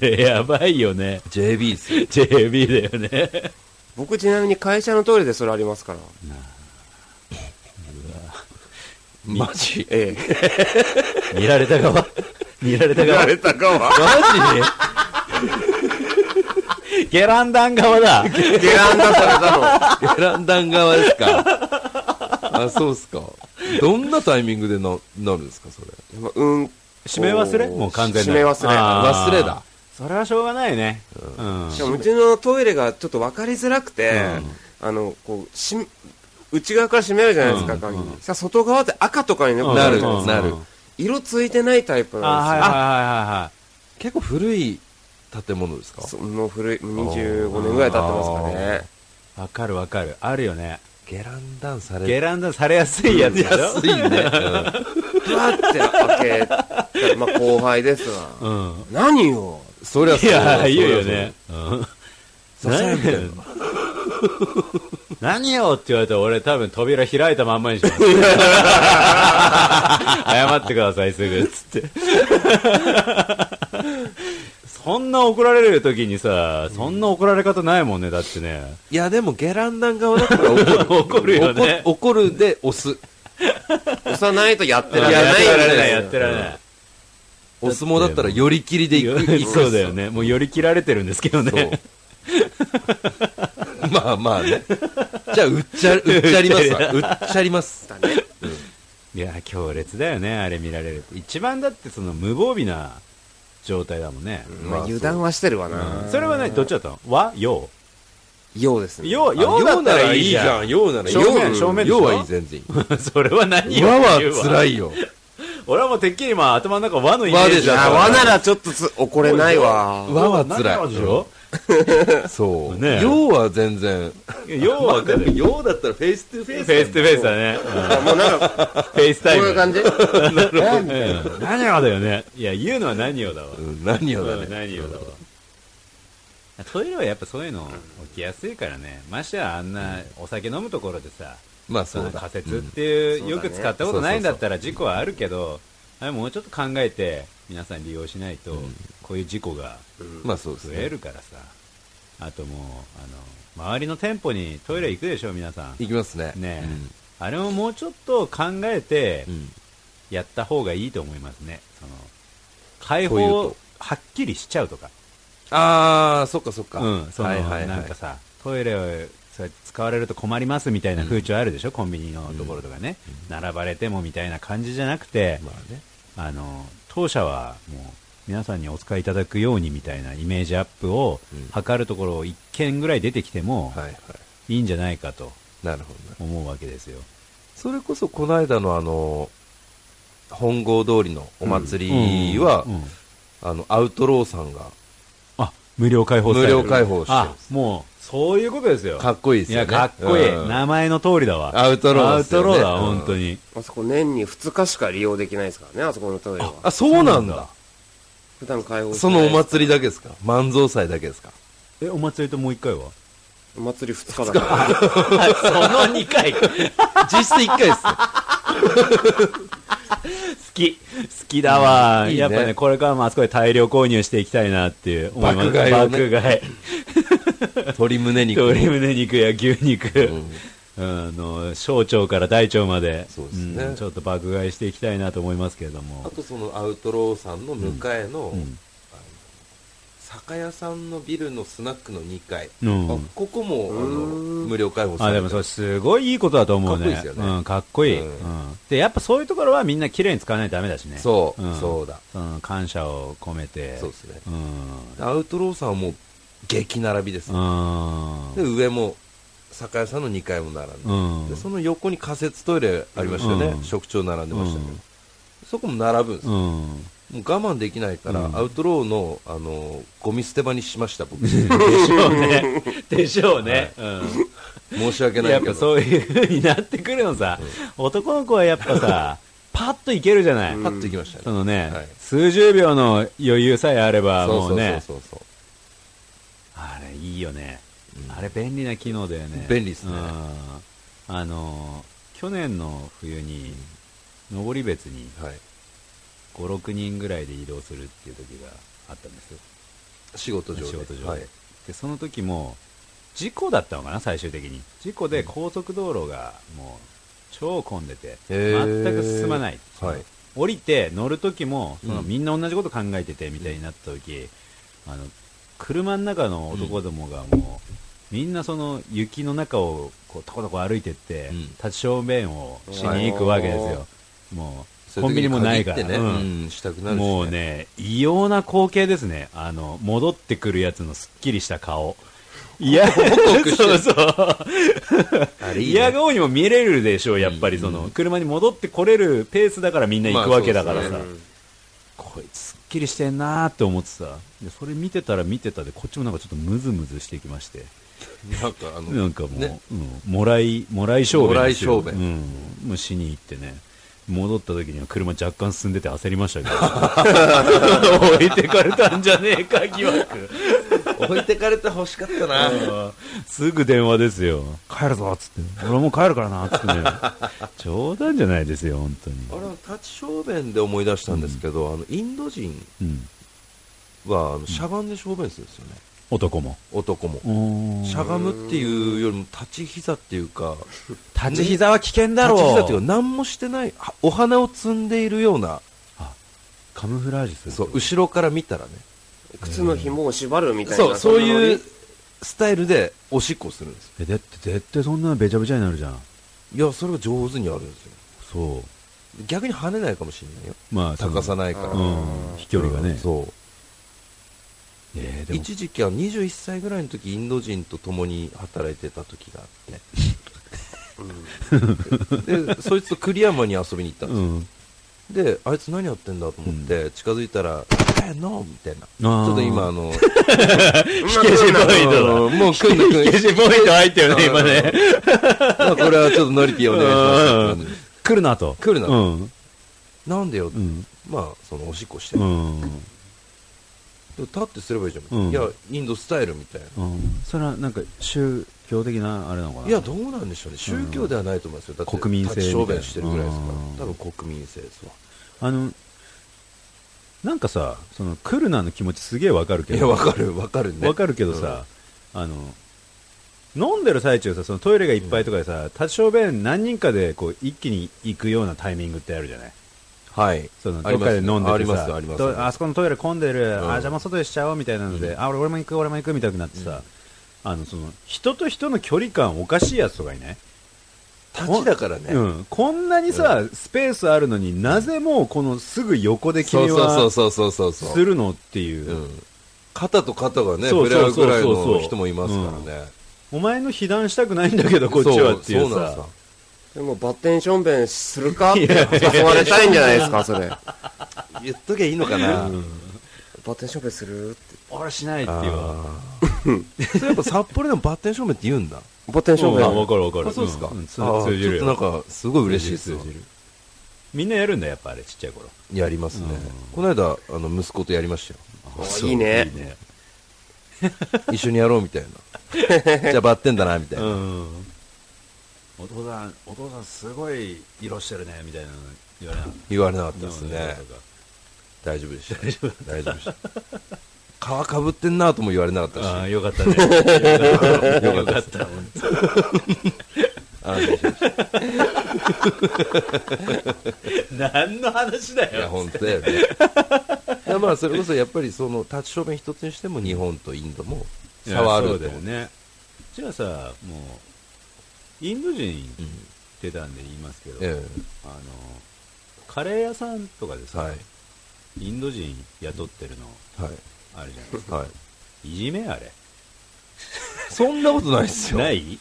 Speaker 2: れ [LAUGHS] やばいよね。
Speaker 3: JB です
Speaker 2: [LAUGHS]
Speaker 3: よ。
Speaker 2: JB だよね。
Speaker 4: 僕ちなみに会社のトイレでそれありますから。
Speaker 3: マジ
Speaker 4: ええ。 [LAUGHS]
Speaker 2: 見られた側見られた側マ
Speaker 4: たかは。
Speaker 2: ジゲランダン側だ。
Speaker 4: ゲランダされたの。
Speaker 3: ベランダン側ですかあ、そうっすか。どんなタイミングでななるんですか、それ。
Speaker 4: まあうん。
Speaker 2: [LAUGHS] 締め忘れもう完全な
Speaker 4: 閉め忘れ
Speaker 2: あー
Speaker 3: 忘れだ。
Speaker 2: それはしょうがないね。うん。
Speaker 4: しかもうちのトイレがちょっと分かりづらくて、あの、こう、し内側から閉めるじゃないですか、
Speaker 2: うん
Speaker 4: 鍵さ、外側で赤とかにね
Speaker 2: うん
Speaker 3: なる
Speaker 2: うん、
Speaker 3: なる。
Speaker 4: 色ついてないタイプなんですよ
Speaker 2: あ
Speaker 3: 結構古い建物ですか
Speaker 4: あ。その古い、もう25年ぐらい経ってます
Speaker 2: い
Speaker 4: かね。
Speaker 2: はいはいはいわかるわかるあるよね
Speaker 3: ゲランダンされ
Speaker 2: ゲランダされやすいやつでしょ
Speaker 3: 安いね。
Speaker 4: ふわって開けたら、まあ後輩ですわ。
Speaker 2: うん
Speaker 4: 何よ
Speaker 3: うんそりゃ
Speaker 2: い
Speaker 3: そうだ
Speaker 2: やいいよねうん
Speaker 3: そりゃそうだ
Speaker 2: 何 [LAUGHS] よ何よって言われたら俺多分扉開いたまんまにします [LAUGHS] 謝ってくださいすぐっつってそんな怒られる時にさそんな怒られ方ないもんねだってね
Speaker 3: いや、でもゲランダン側だから怒る。
Speaker 2: 怒るよね
Speaker 3: 怒怒るで押す。
Speaker 4: 押さないとやって
Speaker 2: や
Speaker 4: ら
Speaker 2: っ
Speaker 4: れ
Speaker 2: て
Speaker 4: ない
Speaker 2: られないや
Speaker 4: ん
Speaker 2: っ
Speaker 4: で
Speaker 2: てられない
Speaker 3: お相撲だったら寄り切りでいく。行くっす
Speaker 2: そうだよ。ねもう寄り切られてるんですけど
Speaker 3: そ
Speaker 2: ね
Speaker 3: う。まあまあね。じゃあ、うっちゃ、うっちゃりますわ。うっちゃります。
Speaker 4: すよね。
Speaker 2: いや強烈だよねあれ見られると一番だってその無防備な状態だもんね、
Speaker 4: まあ油断はしてるわな。
Speaker 2: それは何どっちだったの和洋
Speaker 4: ようですね。
Speaker 2: 洋洋だったらいいじゃん
Speaker 3: ようならいいじゃん。
Speaker 2: 正
Speaker 3: ようなら
Speaker 2: 面正面でし
Speaker 3: よ
Speaker 2: ょ
Speaker 3: うはいい、全然いい。
Speaker 2: [LAUGHS] それは何よ
Speaker 3: 和は
Speaker 2: ってうわ
Speaker 3: 辛いよ。
Speaker 2: 俺はもうてっきり今頭の中和のイメー
Speaker 3: 和で
Speaker 2: ジ
Speaker 4: い
Speaker 3: しょ
Speaker 2: だ
Speaker 4: や、わならちょっとつ怒れないわ。
Speaker 3: 和は辛い。
Speaker 2: 和でしょ
Speaker 3: そう。
Speaker 2: ね
Speaker 3: ようは全然。
Speaker 2: 洋はだよフ
Speaker 3: ようだったらフェイストゥフ
Speaker 2: ェ
Speaker 3: ェ
Speaker 2: イストゥフェイスだね、うん
Speaker 4: もうなんか、こ
Speaker 2: フェイス
Speaker 4: う
Speaker 2: タイム
Speaker 4: いう感じ
Speaker 2: うん何よだよねいや言うのは何よだわ、
Speaker 3: うん何をだ
Speaker 2: うん
Speaker 3: ね。
Speaker 2: 何よだわトイレはやっぱそういうの起きやすいからねましてやあんなお酒飲むところでさ、
Speaker 3: まあ
Speaker 2: そ
Speaker 3: そ
Speaker 2: の
Speaker 3: うだ。
Speaker 2: 仮説っていう、
Speaker 4: うん
Speaker 2: よく使ったことないんだったら事故はあるけど、あれもうちょっと考えて皆さん利用しないと、こういう事故が
Speaker 3: うんまあそうです
Speaker 2: 増え
Speaker 3: ね。
Speaker 2: るからさ、あともうあの周りの店舗にトイレ行くでしょ皆さん
Speaker 3: いきますね。
Speaker 2: ねえあれももうちょっと考えて
Speaker 3: うんうん
Speaker 2: やった方がいいと思いますねその解
Speaker 3: という
Speaker 2: 放を
Speaker 3: と
Speaker 2: はっきりしちゃうとか
Speaker 3: ああ、そっかそっか。
Speaker 2: うん、その、
Speaker 3: はいはいはい
Speaker 2: なんかさ、トイレをそうやって使われると困りますみたいな風潮あるでしょ、コンビニのところとかね、並ばれてもみたいな感じじゃなくて、
Speaker 3: まあね。
Speaker 2: あの当社はもう皆さんにお使いいただくようにみたいなイメージアップを
Speaker 3: うん
Speaker 2: 図るところを1件ぐらい出てきても
Speaker 3: はいはい。
Speaker 2: いいんじゃないかと
Speaker 3: なるほどね。
Speaker 2: 思うわけですよ。
Speaker 3: それこそこの間のあの、本郷通りのお祭りは
Speaker 2: うん、うん
Speaker 3: あの、アウトローさんが
Speaker 2: あ無料開放される
Speaker 3: 無料開放してる
Speaker 2: あもうそういうことですよ。
Speaker 3: かっこいいです
Speaker 2: い
Speaker 3: よね。
Speaker 2: やかっこいい、
Speaker 3: うん
Speaker 2: 名前の通りだわ。
Speaker 3: アウトロー
Speaker 2: ア
Speaker 3: で
Speaker 2: ウ
Speaker 3: すよ
Speaker 2: ト
Speaker 3: ね
Speaker 2: ローだ、
Speaker 3: うん
Speaker 2: 本当に。
Speaker 4: あそこ年に2日しか利用できないですからね、あそこのトイレ
Speaker 3: あ、
Speaker 4: は。
Speaker 3: そうなんだ。
Speaker 4: 普段開放して
Speaker 3: そのお祭り
Speaker 4: だ。
Speaker 3: だけですか万蔵祭だけですか
Speaker 2: え、お祭りともう一回は
Speaker 4: お祭り2日だから。
Speaker 2: その2回好
Speaker 3: 実質1回ですよ。
Speaker 2: き好きだわ、
Speaker 3: うんいいね
Speaker 2: やっぱねこれからもあそこで大量購入していきたいなっていう思います
Speaker 3: 爆買いをね
Speaker 2: 爆買い [LAUGHS]
Speaker 3: 鶏胸肉。
Speaker 2: 鶏胸肉や牛肉、
Speaker 3: うん
Speaker 2: あの小腸から大腸まで
Speaker 3: そうですね
Speaker 2: んちょっと爆買いしていきたいなと思いますけれども
Speaker 3: あとそのアウトローさんの向かいの、
Speaker 2: うん
Speaker 3: あの酒屋さんのビルのスナックの2階、
Speaker 2: うん
Speaker 3: あここもあの
Speaker 4: うん
Speaker 3: 無料開放さ
Speaker 2: あ
Speaker 3: れて
Speaker 2: でもそれすごいいいことだと思うね
Speaker 3: かっこいいですよね
Speaker 2: うん、かっこいい、
Speaker 3: う
Speaker 2: うんでやっぱそういうところはみんな綺麗に使わないとダメだしね
Speaker 3: そう、
Speaker 2: ん
Speaker 3: そうだ
Speaker 2: その感謝を込めて
Speaker 3: そうですね
Speaker 2: うん
Speaker 3: アウトローさんはもう激並びです、
Speaker 2: うん
Speaker 3: で上も酒屋さんの2階も並んで,、
Speaker 2: うん
Speaker 3: でその横に仮設トイレありましたよね、
Speaker 2: うん
Speaker 3: 食長並んでましたけど、
Speaker 2: うん
Speaker 3: そこも並ぶんです、
Speaker 2: う
Speaker 3: も
Speaker 2: ん
Speaker 3: う我慢できないから、
Speaker 2: うん
Speaker 3: アウトローのあのゴミ捨て場にしました
Speaker 2: [LAUGHS]
Speaker 3: 僕
Speaker 2: でしょうね。 [LAUGHS] でしょうね。
Speaker 3: 申し訳
Speaker 2: うん。
Speaker 3: な
Speaker 2: や
Speaker 3: い
Speaker 2: っ
Speaker 3: け
Speaker 2: ぱ
Speaker 3: ど
Speaker 2: そういう風になってくるのさ、男の子はやっぱ
Speaker 3: [LAUGHS]
Speaker 2: さ、パッといけるじゃない。
Speaker 3: パッと行きましたね、
Speaker 2: そのね、
Speaker 3: はい
Speaker 2: 数十秒の余裕さえあれば、もうね、
Speaker 3: そうそうそうそう
Speaker 2: あれいいよね。あれ便利な機能だよね。
Speaker 3: 便利っすね
Speaker 2: うんあの、去年の冬に、登別に
Speaker 3: そう、はい、
Speaker 2: 5、6人ぐらいで移動するっていう時があったんですよ。
Speaker 3: 仕事上で
Speaker 2: 仕事上で,、
Speaker 3: はい
Speaker 2: でその時も事故だったのかな最終的に事故で高速道路がもう超混んでて
Speaker 3: へー
Speaker 2: 全く進まない、
Speaker 3: はい
Speaker 2: 降りて乗る時もその、
Speaker 3: うん
Speaker 2: みんな同じこと考えててみたいになった時あの車の中の男どもがもう、みんなその雪の中をこうとことこ歩いてって、
Speaker 3: うん
Speaker 2: 立ち小便をしに行くわけですよ、もうコンビニもないから、
Speaker 3: そうう時に
Speaker 2: う
Speaker 3: 限って
Speaker 2: ん
Speaker 3: ね、うん、したくなるし、
Speaker 2: もうね、異様な光景ですね。あの、戻ってくるやつのすっきりした顔。いや、
Speaker 3: ホク
Speaker 2: [LAUGHS] そうそう。
Speaker 3: あれいいね
Speaker 2: 嫌顔にも見れるでしょう、やっぱりその、車に戻ってこれるペースだからみんな行くわけだからさ。
Speaker 3: まあそう
Speaker 4: ですね
Speaker 2: こいつすっきりしてんなーって思ってさ。で、それ見てたら見てたで、こっちもなんかちょっとムズムズしてきまして。
Speaker 3: なんかあの、
Speaker 2: なんかもう、
Speaker 3: ね
Speaker 2: うん、もらい、もらい商売ですよ。
Speaker 3: もらい商売
Speaker 2: うん。もうしに行ってね。戻った時には車若干進んでて焦りましたけど、
Speaker 3: [LAUGHS]
Speaker 2: 置いてかれたんじゃねえか、疑惑。
Speaker 3: 置いてかれて欲しかったな。
Speaker 2: すぐ電話ですよ。帰るぞっつって。俺もう帰るからなっつってね。冗談じゃないですよ、本当に。
Speaker 3: あれ、立ち小便で思い出したんですけど、あの、インド人
Speaker 2: うん。
Speaker 3: は、あのしゃがんで小便するんですよね。
Speaker 2: 男も。
Speaker 3: 男も。し
Speaker 2: 立
Speaker 3: ゃがむっていうよりも立ち膝っていう
Speaker 2: [LAUGHS]
Speaker 3: か、
Speaker 2: ち膝は危険だ
Speaker 3: 立
Speaker 2: ろう。
Speaker 3: ち膝っていうか、何もしてない、はお花を摘んでいるような、
Speaker 2: カムフラージュする。
Speaker 3: そう、後ろから見たらね。
Speaker 4: 靴の紐を縛るみたいな。
Speaker 3: そう、そういうん
Speaker 4: なノ
Speaker 3: スタイルでおしっこするんですよ。
Speaker 2: えだって絶対そんなのべちゃべちゃになるじゃん。
Speaker 3: いや、それが上手にあるんですよ。
Speaker 2: そ
Speaker 3: 逆に跳ねないかもしれないよ。
Speaker 2: う。まあ、
Speaker 3: 高さ
Speaker 2: な。
Speaker 3: ないから。
Speaker 2: うん。飛距離がね。
Speaker 3: そう。
Speaker 2: えーでも、
Speaker 3: 一時期は21歳ぐらいの時インド人と共に働いてた時があって、でそいつと栗山に遊びに行ったんで
Speaker 2: う
Speaker 3: すよ、
Speaker 2: ん。
Speaker 3: であいつ何やってんだと思って近づいたら「えノー」みたいなち
Speaker 2: ー
Speaker 3: ょっと今あ [LAUGHS] の
Speaker 4: リ
Speaker 2: 火消しポイン
Speaker 3: あ
Speaker 2: ト [LAUGHS] だ。
Speaker 3: のもう来んの来ん
Speaker 2: 火
Speaker 3: の
Speaker 2: 消しポイント入ったよね、今ね。
Speaker 3: まあこれはちょっとノリピーお願いしますって感じ
Speaker 2: 来るなと。
Speaker 3: 来るな
Speaker 2: う
Speaker 3: と
Speaker 2: ん。
Speaker 3: なんでよ、
Speaker 2: うん。
Speaker 3: まあそのおしっこして
Speaker 2: う
Speaker 3: る、
Speaker 2: ん。
Speaker 3: でも立ってすればいいじゃん、
Speaker 2: うん
Speaker 3: いやインドスタイルみたいな、
Speaker 2: うんそれはなんか宗教的なあれなのかない
Speaker 3: いやどうなんでしょうね宗教ではないと思いますよ、だって
Speaker 2: 国民性みたいな
Speaker 3: 立ち小便してるぐらいですから
Speaker 2: うん
Speaker 3: 多分国民性ですわ
Speaker 2: あのなんかさその来るなの気持ちすげえわかるけ
Speaker 3: いや、
Speaker 2: ど
Speaker 3: わかる、わかるね。
Speaker 2: わかるけどさ、あの飲んでる最中さそのトイレがいっぱいとかでさ、立ち小便何人かでこう一気に行くようなタイミングってあるじゃない
Speaker 3: はい。
Speaker 2: その
Speaker 3: あ
Speaker 2: ど
Speaker 3: り
Speaker 2: っ
Speaker 3: ます
Speaker 2: かで飲んで
Speaker 3: あ
Speaker 2: て
Speaker 3: ります、
Speaker 2: さ
Speaker 3: あります。
Speaker 2: どあそこのトイレ混んでる、
Speaker 3: ん
Speaker 2: あ邪魔外でしちゃおうみたいなので、あ俺も行く俺も行くみたいになってさ、あのその人と人の距離感おかしいやつとかいない
Speaker 3: 立ちだからね。
Speaker 2: うん、こんなにさ、スペースあるのになぜもうこのすぐ横で
Speaker 3: そう
Speaker 2: 君
Speaker 3: そ
Speaker 2: は
Speaker 3: うそうそうそうそう。
Speaker 2: するのっていうう、
Speaker 3: ん。肩と肩がね、
Speaker 2: そ
Speaker 3: 触
Speaker 2: う
Speaker 3: れ合
Speaker 2: そうそう
Speaker 3: う
Speaker 2: そう
Speaker 3: ぐらいの人もいますからね。
Speaker 2: お前の被弾したくないんだけどこっちはっていう
Speaker 3: そなんで
Speaker 2: さ
Speaker 3: すよ
Speaker 4: リでも、バッテンションベンするかって誘われたいんじゃないですか、それ。バ
Speaker 3: 言っときゃいいのかな。
Speaker 2: [LAUGHS]
Speaker 4: ッテンションベンするって。
Speaker 2: 俺しないっていうわ
Speaker 3: あーそれやっぱ札幌でもバッテン照明って言うんだ。
Speaker 4: バッテンションベ
Speaker 2: うんわ
Speaker 4: ン。
Speaker 2: かるわかる
Speaker 3: あそうですか。あ
Speaker 2: んん通
Speaker 3: ー
Speaker 2: 通じる
Speaker 3: ちょ
Speaker 2: よ
Speaker 3: っとなんか、すごい嬉しいですよ
Speaker 2: 通。じるみんなやるんだやっぱあれちっちゃい頃
Speaker 3: やりますね。この間、あの、息子とやりましたよ。
Speaker 4: あいいね。
Speaker 3: 一緒にやろうみた
Speaker 2: [LAUGHS]
Speaker 3: いな。じゃあバッテンだな、みたいうな。
Speaker 2: んお父さんお父さんすごい色してるねみたいなの言われなかっ
Speaker 3: 言われなかった
Speaker 2: た
Speaker 3: ですね。大丈夫でした。大丈夫。大丈夫でした。皮かぶってんなとも言われなかったし、
Speaker 2: ああよかった [LAUGHS] ねよかった本当
Speaker 3: 安心しまし
Speaker 2: 何の話だ
Speaker 3: たいや、
Speaker 2: よ。
Speaker 3: 本当だよね。
Speaker 2: [LAUGHS]
Speaker 3: いやまあ、それこそやっぱりその立ち正面一つにしても、日本とインドも差はある
Speaker 2: そ
Speaker 3: ん
Speaker 2: うだ
Speaker 3: だ
Speaker 2: よ
Speaker 3: よね。
Speaker 2: ね。じゃあさ、もう、インド人ってたんで言いますけど、
Speaker 3: え
Speaker 2: あの、カレー屋さんとかで
Speaker 3: え
Speaker 2: さ、
Speaker 3: はい。
Speaker 2: インド人雇ってるの、
Speaker 3: はい。
Speaker 2: あるじゃ [LAUGHS] ないですか。
Speaker 3: はい。
Speaker 2: いじめあれ。
Speaker 3: そんなことないですよ。
Speaker 2: ない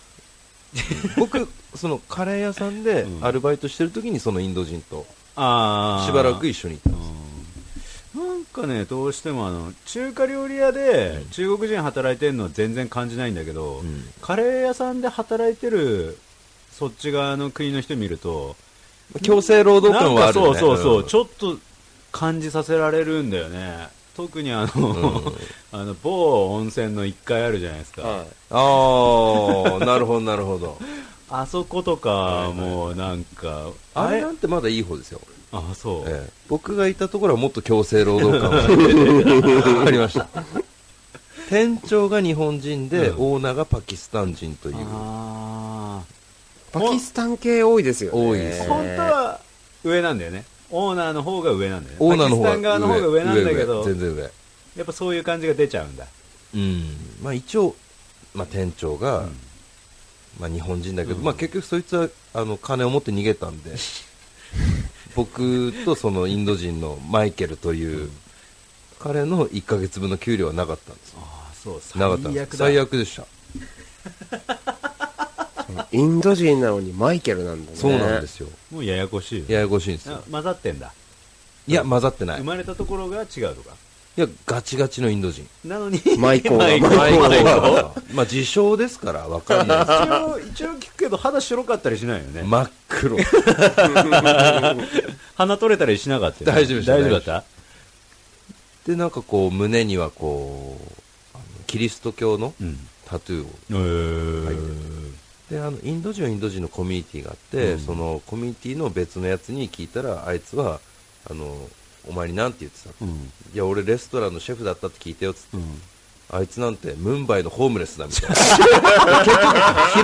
Speaker 3: 僕、そのカレー屋さんで
Speaker 2: うん
Speaker 3: アルバイトしてる時に、そのインド人と
Speaker 2: あ
Speaker 3: しばらく
Speaker 2: い
Speaker 3: 一緒にいた。
Speaker 2: なんかね、どうしてもあの、中華料理屋で中国人働いてるのは全然感じないんだけど、
Speaker 3: うん
Speaker 2: カレー屋さんで働いてるそっち側の国の人見ると、
Speaker 3: 強制労働感はある
Speaker 2: な
Speaker 3: よ
Speaker 2: ん
Speaker 3: ね。
Speaker 2: かそうそうそう、
Speaker 3: ん
Speaker 2: ちょっと感じさせられるんだよね特にあの、
Speaker 3: うん
Speaker 2: [LAUGHS] あの某温泉の1階あるじゃないですか、
Speaker 4: はい
Speaker 3: ああ、なるほど、なるほど。
Speaker 2: あそことかもうなんか、
Speaker 3: あれ
Speaker 2: あ
Speaker 3: な
Speaker 2: れ
Speaker 3: んてまだいい方ですよ。
Speaker 2: あそう、
Speaker 3: ええ僕がいたところはもっと強制労働感が [LAUGHS] ありました店長が日本人で、
Speaker 2: うん
Speaker 3: オーナーがパキスタン人という
Speaker 2: あ
Speaker 4: パキスタン系多いですよね。
Speaker 3: 多いで
Speaker 2: あ
Speaker 3: す
Speaker 2: 本当は上なんだよねオーナーの方が上なんだよね
Speaker 3: オーナーの方
Speaker 2: パキス
Speaker 3: が
Speaker 2: タン側の方が上なんだけど
Speaker 3: 上上全然上
Speaker 2: やっぱそういう感じが出ちゃうんだ
Speaker 3: うんまあ一応、まあ、店長が、まあ、日本人だけど、まあ、結局そいつはあの金を持って逃げたんで僕とそのインド人のマイケルという、彼の1ヶ月分の給料はなかったんです
Speaker 2: ああそう最
Speaker 3: なかったん
Speaker 2: 悪
Speaker 3: で
Speaker 2: だ
Speaker 3: す最悪でした
Speaker 4: インド人なのにマイケルなんだね。
Speaker 3: そうなんですよ。
Speaker 2: もうややこしいよね
Speaker 3: ややこしいんです
Speaker 2: あ
Speaker 3: よ。
Speaker 2: 混ざってんだ
Speaker 3: いや、混ざってない。
Speaker 2: 生
Speaker 3: い
Speaker 2: まれたところが違うとか
Speaker 3: や、ガチガチのインド人。
Speaker 2: なのに
Speaker 4: マイコーが
Speaker 2: マイコ
Speaker 4: マイコー
Speaker 2: マイコー
Speaker 3: まあ、自称ですから、わかんないで
Speaker 2: 一応一応聞くけど肌白かったりしないよ [LAUGHS]
Speaker 3: す。
Speaker 2: ね
Speaker 3: 真っ黒。
Speaker 2: 鼻取れたりしなかったよね
Speaker 3: 大丈夫でした
Speaker 2: 大丈夫だった
Speaker 3: で、なんかこう、胸にはこう、あのキリスト教の
Speaker 2: うん
Speaker 3: タトゥーを。
Speaker 2: えー
Speaker 3: で、あの、インド人はインド人のコミュニティがあって、そのコミュニティの別のやつに聞いたら、あいつは、あの、お前になんて言ってたって、
Speaker 2: う
Speaker 3: い
Speaker 2: ん
Speaker 3: や、俺レストランのシェフだったって聞いたよっつって、
Speaker 2: うん
Speaker 3: あいつなんてムンバイのホームレスだみたいな。 [LAUGHS] 結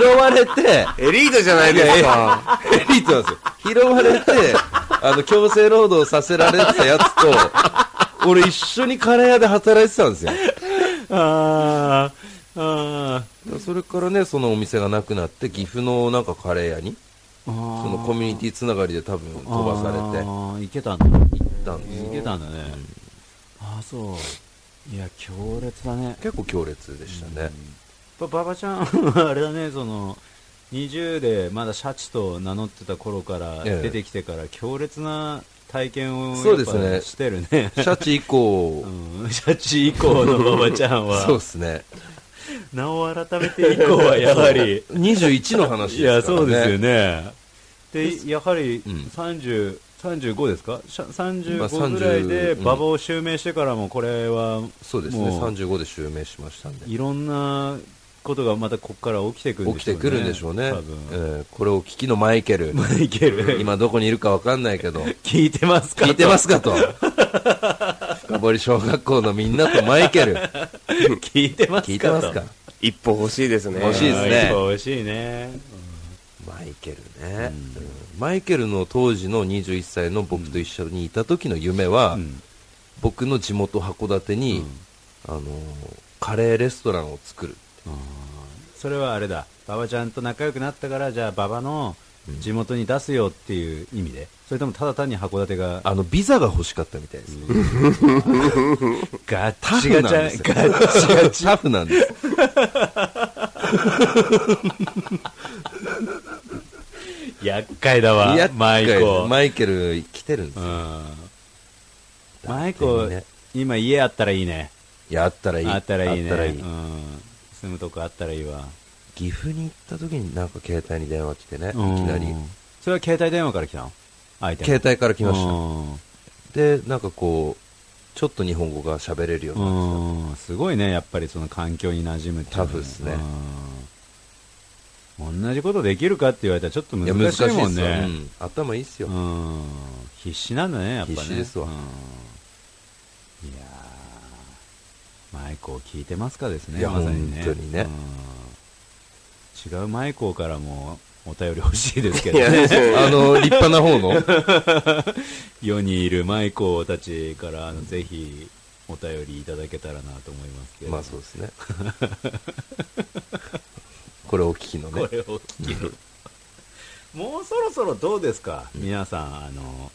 Speaker 2: [LAUGHS]
Speaker 3: 局拾われて、
Speaker 4: エリートじゃないですか。
Speaker 3: エリートなんですよ。拾われて、あの、強制労働させられてたやつと、俺一緒にカレー屋で働いてたんですよ。
Speaker 2: あーあ
Speaker 3: それからね、そのお店がなくなって、岐阜のなんかカレー屋に、
Speaker 2: そ
Speaker 3: そのコミュニティつながりで多分飛ばされて行
Speaker 2: あーいけたんだい
Speaker 3: ったんです
Speaker 2: けたんだねああそういや強烈だね
Speaker 3: 結構強烈でしたね。
Speaker 2: ばばばちゃんは [LAUGHS] あれだねその20でまだシャチと名乗ってた頃から
Speaker 3: ええ
Speaker 2: 出てきてから強烈な体験を
Speaker 3: そうですね
Speaker 2: やっぱしてるね
Speaker 3: シャチ以降、
Speaker 2: うん [LAUGHS] シャチ以降のばばちゃん
Speaker 3: そう
Speaker 2: は
Speaker 3: ですね。
Speaker 2: 名を改めて以降はやはり
Speaker 3: 21の話
Speaker 2: い
Speaker 3: で
Speaker 2: や
Speaker 3: すからね。
Speaker 2: そうですよねでやはり
Speaker 3: ん
Speaker 2: 30 35ですかしゃ
Speaker 3: まあ
Speaker 2: 35
Speaker 3: 30
Speaker 2: ぐらいで
Speaker 3: うん
Speaker 2: 馬場を襲名してからもこれは
Speaker 3: そうですね、
Speaker 2: もう
Speaker 3: 35で襲名しましたんで、
Speaker 2: いろんなことがまたここから起きてくるん
Speaker 3: 起
Speaker 2: でしょうね
Speaker 3: きてくるんでしょうね、
Speaker 2: 多分
Speaker 3: えーこれを聞きのマイ
Speaker 2: [LAUGHS]
Speaker 3: ケル、
Speaker 2: マイケル
Speaker 3: 今どこにいるかわかんないけど、
Speaker 2: 聞いてますか
Speaker 3: 聞いてますかと、深堀小学校のみんなとマイケル、
Speaker 2: [LAUGHS] 聞いてますか
Speaker 3: 聞いてますか
Speaker 2: と、
Speaker 4: 一歩欲しいですね。
Speaker 3: 欲しいです
Speaker 2: あ
Speaker 3: ね
Speaker 2: ー一歩欲しいね
Speaker 3: マイケルね、うんマイケルの当時の21歳の僕と一緒にいた時の夢は、
Speaker 2: うん
Speaker 3: 僕の地元、函館に、あのーカレーレストランを作る、
Speaker 2: それはあれだ馬場ちゃんと仲良くなったからじゃあ馬場の地元に出すよっていう意味でそれともただ単に函館が
Speaker 3: あのビザが欲しかったみたいです。
Speaker 2: ガッ
Speaker 3: タ
Speaker 2: チ
Speaker 3: フ
Speaker 2: ガ
Speaker 3: なん
Speaker 2: チャ
Speaker 3: ですよ。
Speaker 2: ガッチガチ
Speaker 3: タフなんです。
Speaker 2: 厄介だわ
Speaker 3: 厄介
Speaker 2: マイコ
Speaker 3: マイケル来てるんです
Speaker 2: う
Speaker 3: よ。
Speaker 2: んマイコ
Speaker 3: ね
Speaker 2: 今家あったらいいね
Speaker 3: いや、あったらいい。
Speaker 2: あったらいいね
Speaker 3: あったら
Speaker 2: うん住むとこあったらいいわ
Speaker 3: 岐阜に行った時になんか携帯に電話来てね、いき
Speaker 2: うん
Speaker 3: なり。
Speaker 2: それは携帯電話から来たの相手の
Speaker 3: 携帯から来まし
Speaker 2: うん
Speaker 3: た。で、なんかこう、ちょっと日本語が喋れるようになって
Speaker 2: うんすごいねやっぱりその環境に馴染むっていうのは
Speaker 3: タフっすね
Speaker 2: うん同じことできるかって言われたらちょっと難しいもん
Speaker 3: すよ。う
Speaker 2: ね
Speaker 3: ん頭いいっすよ。
Speaker 2: うん必死なんだねやっぱね
Speaker 3: 必死ですわ
Speaker 2: うんいやーマイコー聞いてますかですね
Speaker 3: いや
Speaker 2: まさにね
Speaker 3: 本当にね
Speaker 2: うん違うマイコーからもお便り欲しいですけ
Speaker 4: い
Speaker 2: ど
Speaker 4: や、
Speaker 2: ね
Speaker 3: [LAUGHS]
Speaker 2: [LAUGHS]
Speaker 3: あの、立派な方の
Speaker 2: 世にいるマイコーたちからあのぜひお便りいただけたらなと思いますけど、
Speaker 3: まあそうですね。 [LAUGHS] これお聞きのね
Speaker 2: こ。れを聞けるもうそろそろどうですか、皆さんあの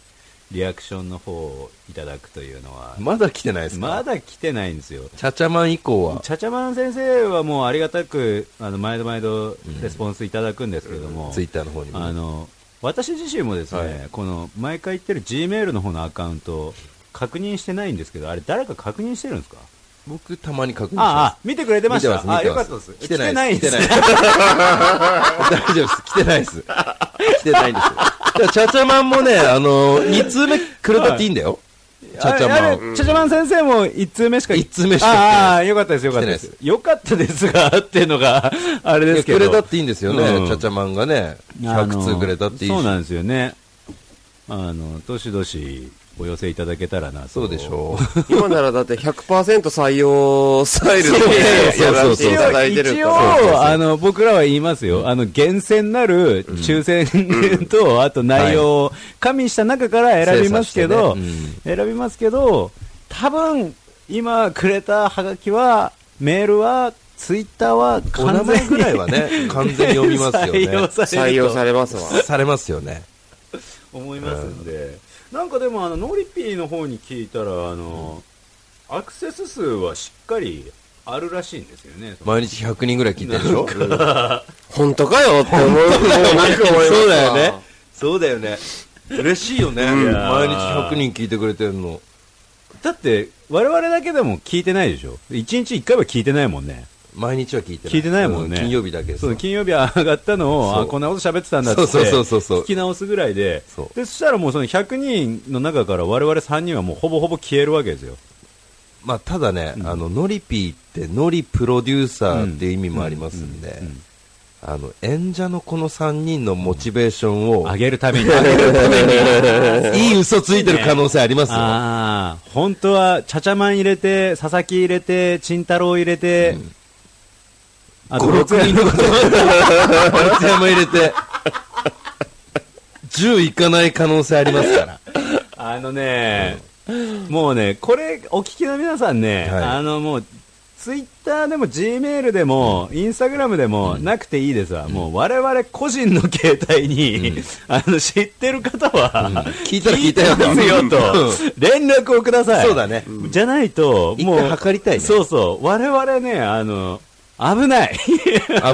Speaker 2: リアクションの方をいただくというのは
Speaker 3: まだ来てないですか
Speaker 2: ま。だ来てないんですよ
Speaker 3: ちゃちゃマン以降は。
Speaker 2: ちゃちゃまん先生はもうありがたくあの毎度毎度レスポンスいただくんですけども、
Speaker 3: ツイッターの方にもね。
Speaker 2: あの私自身もですね、
Speaker 3: はい
Speaker 2: この毎回言ってる G メールの方のアカウント確認してないんですけどあれ誰か確認してるんですか
Speaker 3: 僕たまに確認します
Speaker 2: ああ。見てくれてました
Speaker 3: 見てます
Speaker 2: あよかったです
Speaker 3: 見てます来てない
Speaker 2: 来てないで
Speaker 3: 来
Speaker 2: す
Speaker 3: てない大丈夫です。 [LAUGHS] 来てないです。来てないんですよ。じゃあ、チャチャマンもね、あのー、2通目くれたっていいんだよ。チャチャマン。
Speaker 2: ちゃちゃまん先生も一通目しか
Speaker 3: 一通目しか来てない
Speaker 2: ああよかったですよかったです
Speaker 3: 来てない
Speaker 2: よかったですが [LAUGHS] っていうのがあれ
Speaker 3: い
Speaker 2: で
Speaker 3: や
Speaker 2: すけど
Speaker 3: くれたっていいんですよね。
Speaker 2: うん
Speaker 3: チャチャマンがね、
Speaker 2: あの
Speaker 3: 100通くれたっていいし。
Speaker 2: そうなんですよねあのどしどしお寄せいただけたらなと
Speaker 3: そうでしょ
Speaker 4: 今ならだって100%採用スタイルでやらせていただいてる
Speaker 2: 一
Speaker 4: か
Speaker 2: 応
Speaker 4: ら。そうそうそう
Speaker 2: あの僕らは言いますよ、あの厳選なる抽選と、あと内容を加味した中から選びますけど、
Speaker 3: 精査し
Speaker 2: 選びますけど、多分今くれたハガキは、メールは、ツイッターは
Speaker 3: う。お名
Speaker 2: [LAUGHS] 完全
Speaker 3: 前
Speaker 2: に
Speaker 3: ぐらいはね、完全に読みますよ
Speaker 2: 採用
Speaker 3: ね。
Speaker 2: さ
Speaker 4: 採
Speaker 2: れる
Speaker 4: 用
Speaker 2: と
Speaker 4: されますわ。
Speaker 3: されますよね。
Speaker 2: 思いますんで、なんかでもあのノリピーの方に聞いたらあの、アクセス数はしっかりあるらしいんですよね。
Speaker 3: 毎日100人ぐらい聞いてるでしょ
Speaker 4: 本当かよって思うこともなく思いますわ
Speaker 3: そうだよね。そうだよね。嬉しいよね。
Speaker 4: ん
Speaker 3: 毎日100人聞いてくれてるの。
Speaker 2: だって、我々だけでも聞いてないでしょ。一日一回は聞いてないもんね。
Speaker 3: 毎日は聞いてない。
Speaker 2: 聞いてないもんね
Speaker 3: う金曜日だけです
Speaker 2: そ。の金曜日上がったのを、
Speaker 3: そう
Speaker 2: あこんなこと喋ってたんだって、
Speaker 3: そうそうそうそう
Speaker 2: 聞き直すぐらいで
Speaker 3: そう
Speaker 2: で、そしたらもうその100人の中から我々3人はもうほぼほぼ消えるわけですよ。
Speaker 3: まあ、ただね、
Speaker 2: うん
Speaker 3: あの、ノリピーってノリプロデューサーっていう意味もありますんで
Speaker 2: う、ん
Speaker 3: あの、演者のこの3人のモチベーションを、
Speaker 2: 上げるために。
Speaker 3: [LAUGHS] いい嘘ついてる可能性あります [LAUGHS] よ。
Speaker 2: ああ、本当は、ちゃちゃまん入れて、佐々木入れて、陳太郎入れて、あと
Speaker 3: 5、6人のこと、松山入れて、10いかない可能性ありま
Speaker 2: [LAUGHS]
Speaker 3: すから。
Speaker 2: あのね、もうね、これ、お聞きの皆さんね、
Speaker 3: はい
Speaker 2: あのもう、ツイッターでも G メールでも、インスタグラムでもなくていいですわ。もう我々個人の携帯に、あの、知ってる方は、
Speaker 3: 聞いたら聞いたよと
Speaker 2: ですよと
Speaker 3: うん、
Speaker 2: 連絡をください。
Speaker 3: そうだね
Speaker 2: じゃないと、
Speaker 3: 一
Speaker 2: もう、
Speaker 3: 回測りたいね
Speaker 2: そうそう。我々ね、あの、危ない。 [LAUGHS]
Speaker 3: 危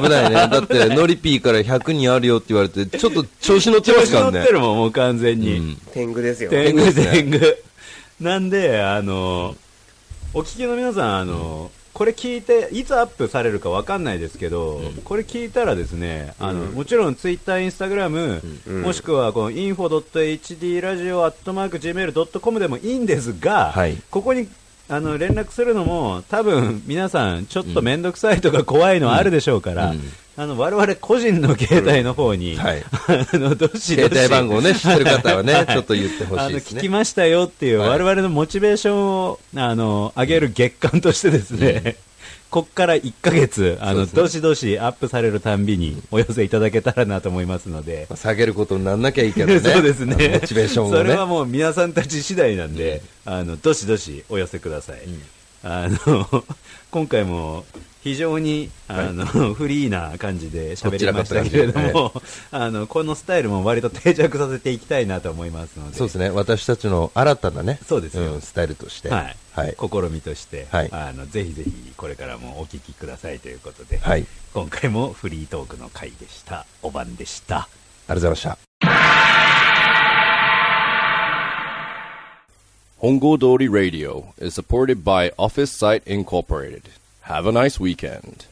Speaker 3: ないね。だって、ノリピーから100人あるよって言われて、ちょっと調子乗って
Speaker 2: 調
Speaker 3: ま
Speaker 2: 子
Speaker 3: すから
Speaker 2: 乗っ
Speaker 3: ね。
Speaker 2: てるもん、もう完全に。
Speaker 3: うん
Speaker 4: 天狗ですよ。
Speaker 2: 天
Speaker 3: 天
Speaker 2: 狗
Speaker 3: 狗ですね
Speaker 2: 天狗なんであのお聞きの皆さんあの、これ聞いていつアップされるかわかんないですけど、これ聞いたらですねあの、もちろんツイッターインスタグラム、
Speaker 4: うん
Speaker 2: もしくはこの info.hdradio.gmail.com でもいいんですが、
Speaker 3: はい
Speaker 2: ここにあの連絡するのも多分皆さんちょっと面倒くさいとか怖いのあるでしょうから、
Speaker 3: うんうん
Speaker 2: あの我々個人の携帯の方に、
Speaker 3: はい
Speaker 2: あのどしどし
Speaker 3: 携帯番号ね、知ってる方はね、ちょっと言ってほし
Speaker 2: あ
Speaker 3: い
Speaker 2: の
Speaker 3: です
Speaker 2: 聞き
Speaker 3: ね。
Speaker 2: ましたよっていう、
Speaker 3: はい
Speaker 2: 我々のモチベーションをあの上げる月間としてですね、 [LAUGHS] こっから1ヶ月あの、
Speaker 3: そうですね
Speaker 2: どしどしアップされるたんびにお寄せいただけたらなと思いますので、
Speaker 3: まあ下げることになんなきゃいいけどね。
Speaker 2: [LAUGHS] そうです
Speaker 3: あの
Speaker 2: ね
Speaker 3: モチベーションをね。
Speaker 2: それはもう皆さんたち次第なんで、あのどしどしお寄せください、あの [LAUGHS] 今回も非常にあの、フリーな感じで喋りましたけれども、 [LAUGHS] あのこのスタイルも割と定着させていきたいなと思いますので
Speaker 3: そうですね。私たちの新たなね。
Speaker 2: そうですよ
Speaker 3: んスタイルとして。
Speaker 2: はい、
Speaker 3: はい。
Speaker 2: 試みとして、
Speaker 3: はい
Speaker 2: あのぜひぜひこれからもお聞きくださいということで、
Speaker 3: はい
Speaker 2: 今回もフリートークの回でしたお晩でした
Speaker 3: ありがとうございました。
Speaker 1: Hongo Dori Radio is supported by Office Site Incorporated. Have a nice weekend.